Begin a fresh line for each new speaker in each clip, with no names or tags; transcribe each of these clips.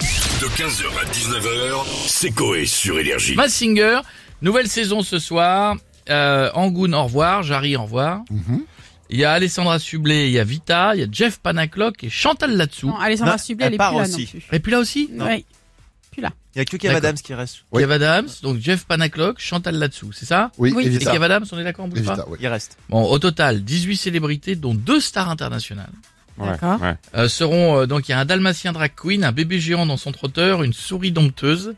De 15h à 19h, c'est Coé sur Énergie.
Massinger, nouvelle saison ce soir. Euh, Angoun, au revoir. Jarry, au revoir.
Mhm.
Il y a Alessandra Sublet, il y a Vita, il y a Jeff Panaclock et Chantal là-dessous.
Non, Alessandra
Non,
Sublet,
elle
elle est
part
plus là
aussi.
non plus.
Et puis là aussi,
Ouais. Plus là.
Il y a que Kev
D'accord.
Adams qui reste.
Kev Adams, donc Jeff Panaclock, Chantal là-dessous, c'est ça
Oui,
Oui.
Et
Evita.
Kev Adams, on est d'accord, on bouge pas
Evita, oui.
Il reste.
Bon, au total, 18 célébrités, dont deux stars internationales.
D'accord.
Euh, seront euh, donc il y a un dalmatien drag queen, un bébé géant dans son trotteur, une souris dompteuse,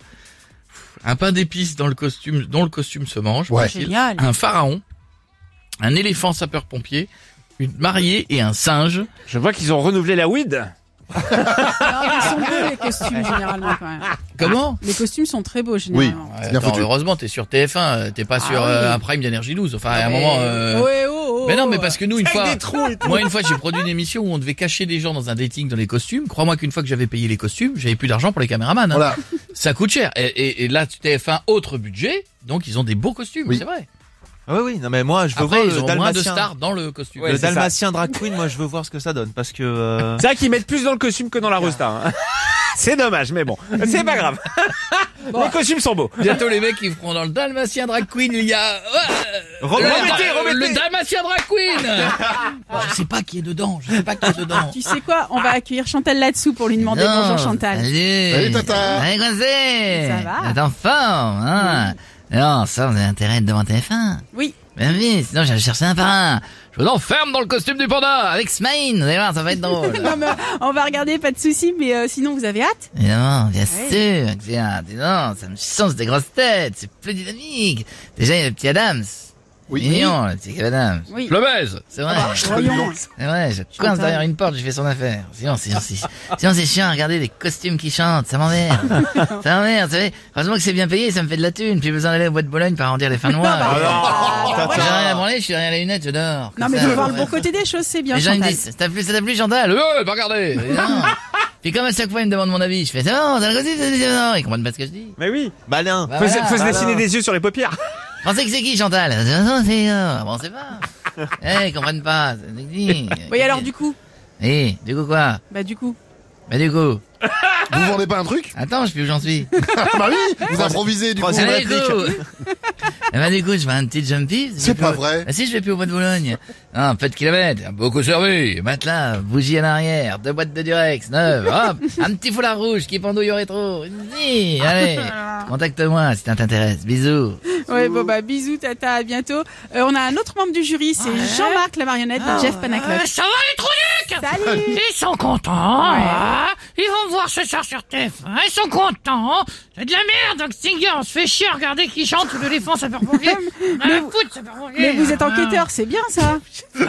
un pain d'épices dans le costume dont le costume se mange,
Ouais.
paraît-il,
Génial.
un pharaon, un éléphant sapeur-pompier, une mariée et un singe.
Je vois qu'ils ont renouvelé la weed.
Non, ils sont beaux les costumes généralement quand même.
Comment
Les costumes sont très beaux généralement.
Ah. C'est bien
Attends,
foutu.
heureusement t'es sur TF1, euh, t'es pas
Ah
sur euh,
oui.
un prime d'énergie 12. Enfin à un moment. euh,
Ouais, oh, oh,
Mais non, mais
oh.
parce que nous, une fois,
trous et
moi, une fois, j'ai produit une émission où on devait cacher des gens dans un dating dans les costumes. Crois-moi qu'une fois que j'avais payé les costumes, j'avais plus d'argent pour les caméramans. hein.
Voilà.
Ça coûte cher. Et, et, et là, TF1, autre budget, donc ils ont des beaux costumes,
Oui.
c'est vrai.
Ah oui, oui, non mais moi je veux
Après,
voir
ils
le
ont moins de
Dalmatien.
stars dans le costume.
le
Ouais, c'est ça.
Dalmatien drag queen, moi je veux voir ce que ça donne parce que. euh,
C'est vrai qu'ils mettent plus dans le costume que dans la resta. hein. C'est dommage, mais bon, c'est pas grave. Les costumes sont beaux.
Bientôt, les mecs, ils feront dans le Dalmatien Drag Queen, il y a... euh,
Oh, Remettez,
le,
remettez.
le Dalmatien Drag Queen Bon, Je sais pas qui est dedans, je sais pas qui est dedans.
Tu sais quoi On va accueillir Chantal là-dessous pour lui demander
Non,
bonjour Chantal.
Salut
Salut,
Eh.
Tata.
Salut, Coincé
Ça va
Vous êtes en forme, hein Non, ça, vous avez intérêt à être devant TF1.
Oui.
Ben oui, sinon j'allais chercher un par un. Je vous enferme dans le costume du panda, avec Smain, vous allez voir, ça va être drôle.
Non, mais on va regarder, pas de soucis, mais euh, sinon vous avez hâte
Évidemment, bien
Ouais.
sûr, que j'ai un- dis donc, ça me change des grosses têtes, c'est plus dynamique. Déjà, il y a le petit Adams.
Oui.
Mignon, le petit Kev Adams.
Oui.
Je le baise. C'est vrai.
Voyons.
C'est vrai, je coince derrière une porte, j'ai fait son affaire. Sinon, c'est, c'est- sinon, c'est chiant, regardez les costumes qui chantent, ça m'emmerde. ça m'emmerde, vous savez. Heureusement que c'est bien payé, ça me fait de la thune. Puis besoin d'aller au bois de Boulogne pour arrondir les fins de mois.
Ah,
J'ai
Tata.
rien à branler, je suis derrière les lunettes, je dors.
Non,
Comme
mais
ça,
faut voir
ouais.
le bon côté des choses, c'est bien
Les gens ils me
Chantal.
disent, ça t'a plu, ça t'a plu Chantal Ouais, bah regardez Évidemment. Puis comme à chaque fois ils me demandent mon avis, je fais, c'est bon, t'as le côté, c'est- c'est- non, ils comprennent pas ce que je dis.
Mais oui.
Malin.
Bah,
Faut, se-
voilà.
faut se
voilà.
dessiner des yeux sur les paupières.
Pensez que c'est qui Chantal Ah, C'est- Non, c'est... euh, Bon, c'est pas... Eh, ils comprennent pas.
Oui, alors du coup
Eh, du coup quoi
Bah, du coup.
Bah du coup...
Vous vendez pas un truc
Attends, je sais plus où j'en suis.
Bah oui, vous improvisez du coup.
Troisième.
Eh,
la
du coup Eh ben du coup, je fais un petit jumpy.
C'est pas vrai.
Ah si, je vais plus au bois de Boulogne. Non, peu de kilomètres, Ah, beaucoup servi, matelas, bougie à l'arrière, deux boîtes de Durex, neuves, hop, un petit foulard rouge qui pendouille au rétro. Ni, allez, contacte-moi si ça t'intéresse. Bisous.
Ouais, bon, bah, bisous, tata, à bientôt. Euh, on a un autre membre du jury, c'est Jean-Marc la marionnette
Ah.
de Jeff Panaclock.
Ça va les trucs
Salut
Ils sont contents hein. Ils vont me voir ce soir sur TF1 Ils sont contents C'est de la merde donc Stinger On se fait chier à regarder qui chante ou l'éléphant ça peut pompier On a la foutre ça
Mais vous
Ah.
êtes enquêteur, c'est bien ça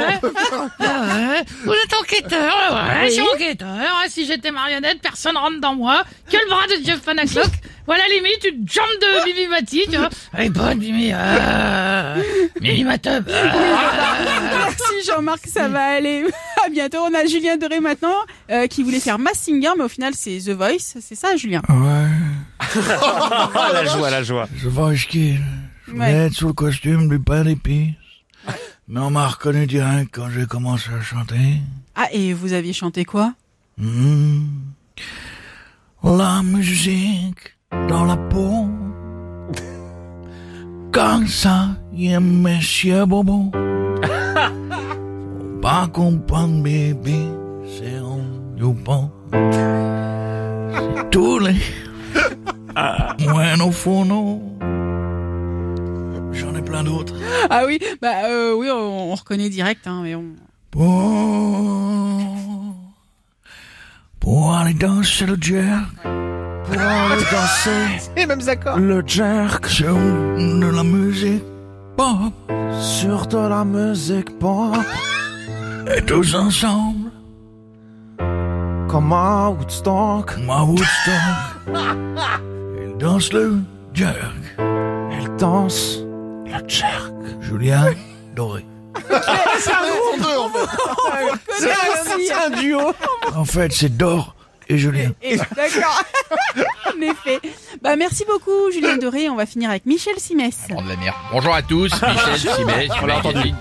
Hein, Vous êtes enquêteur ouais, Je suis enquêteur hein. Si j'étais marionnette personne rentre dans moi Que le bras de Jeff Panaclock Voilà limite une jambe de Bibi Mati tu vois. Elle est bonne Bibi euh, Bibi Matub
Merci Jean-Marc, ça va aller. À bientôt. On a Julien Doré maintenant euh, qui voulait faire Mass Singer, mais au final c'est The Voice. C'est ça, Julien
Ouais,
Ah, la joie, la joie.
je vois ce qu'il Je voulais
Ouais.
être sous le costume du pain d'épices. Mais on m'a reconnu direct quand j'ai commencé à chanter.
Ah, et vous aviez chanté quoi
Hmm. La musique dans la peau. Quand ça y est, monsieur Bobo. Faut pas comprendre, bébé, c'est on Dupont. Tous les moines au fourneau. J'en ai plein d'autres.
Ah oui, bah euh, oui, on, on reconnaît direct, hein, mais on.
Pour, pour aller danser le jerk. Pour aller danser
Les mêmes accords.
le jerk. Sur de la musique pop. Sur de la musique pop. Et tous ensemble,
Comme à Woodstock.
ma Woodstock. Ils dansent le jerk.
Elle danse.
Le jerk. Julien Doré.
Merci.
un duo.
En fait, c'est Dor et Julien.
Et- D'accord. en effet. Bah merci beaucoup, Julien Doré. On va finir avec Michel Simès.
Prendre la mer. Bonjour à tous, Michel Simès. On l'a entendu.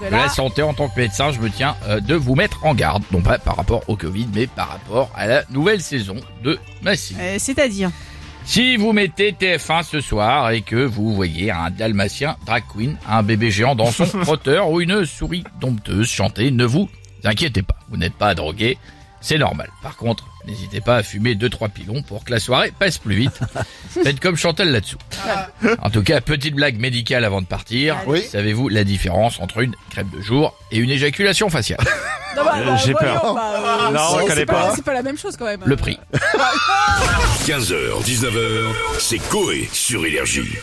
que
De la
là.
santé en tant que médecin, je me tiens euh, de vous mettre en garde. Non pas par rapport au Covid, mais par rapport à la nouvelle saison de Massy.
euh, C'est-à-dire.
Si vous mettez TF1 ce soir et que vous voyez un dalmatien drag queen, un bébé géant dans son trotteur ou une souris dompteuse chanter, ne vous inquiétez pas, vous n'êtes pas drogué, c'est normal. Par contre, n'hésitez pas à fumer deux trois pilons pour que la soirée passe plus vite. Faites comme Chantal là-dessous. En tout cas, petite blague médicale avant de partir.
Oui.
Savez-vous la différence entre une crêpe de jour et une éjaculation faciale
Non, bah, bah,
j'ai peur.
voyons, bah, euh,
Non, on
c'est-
connaît
c'est pas.
pas.
C'est pas la même chose quand même.
Le prix.
15h, 19h, c'est Coé sur Énergie.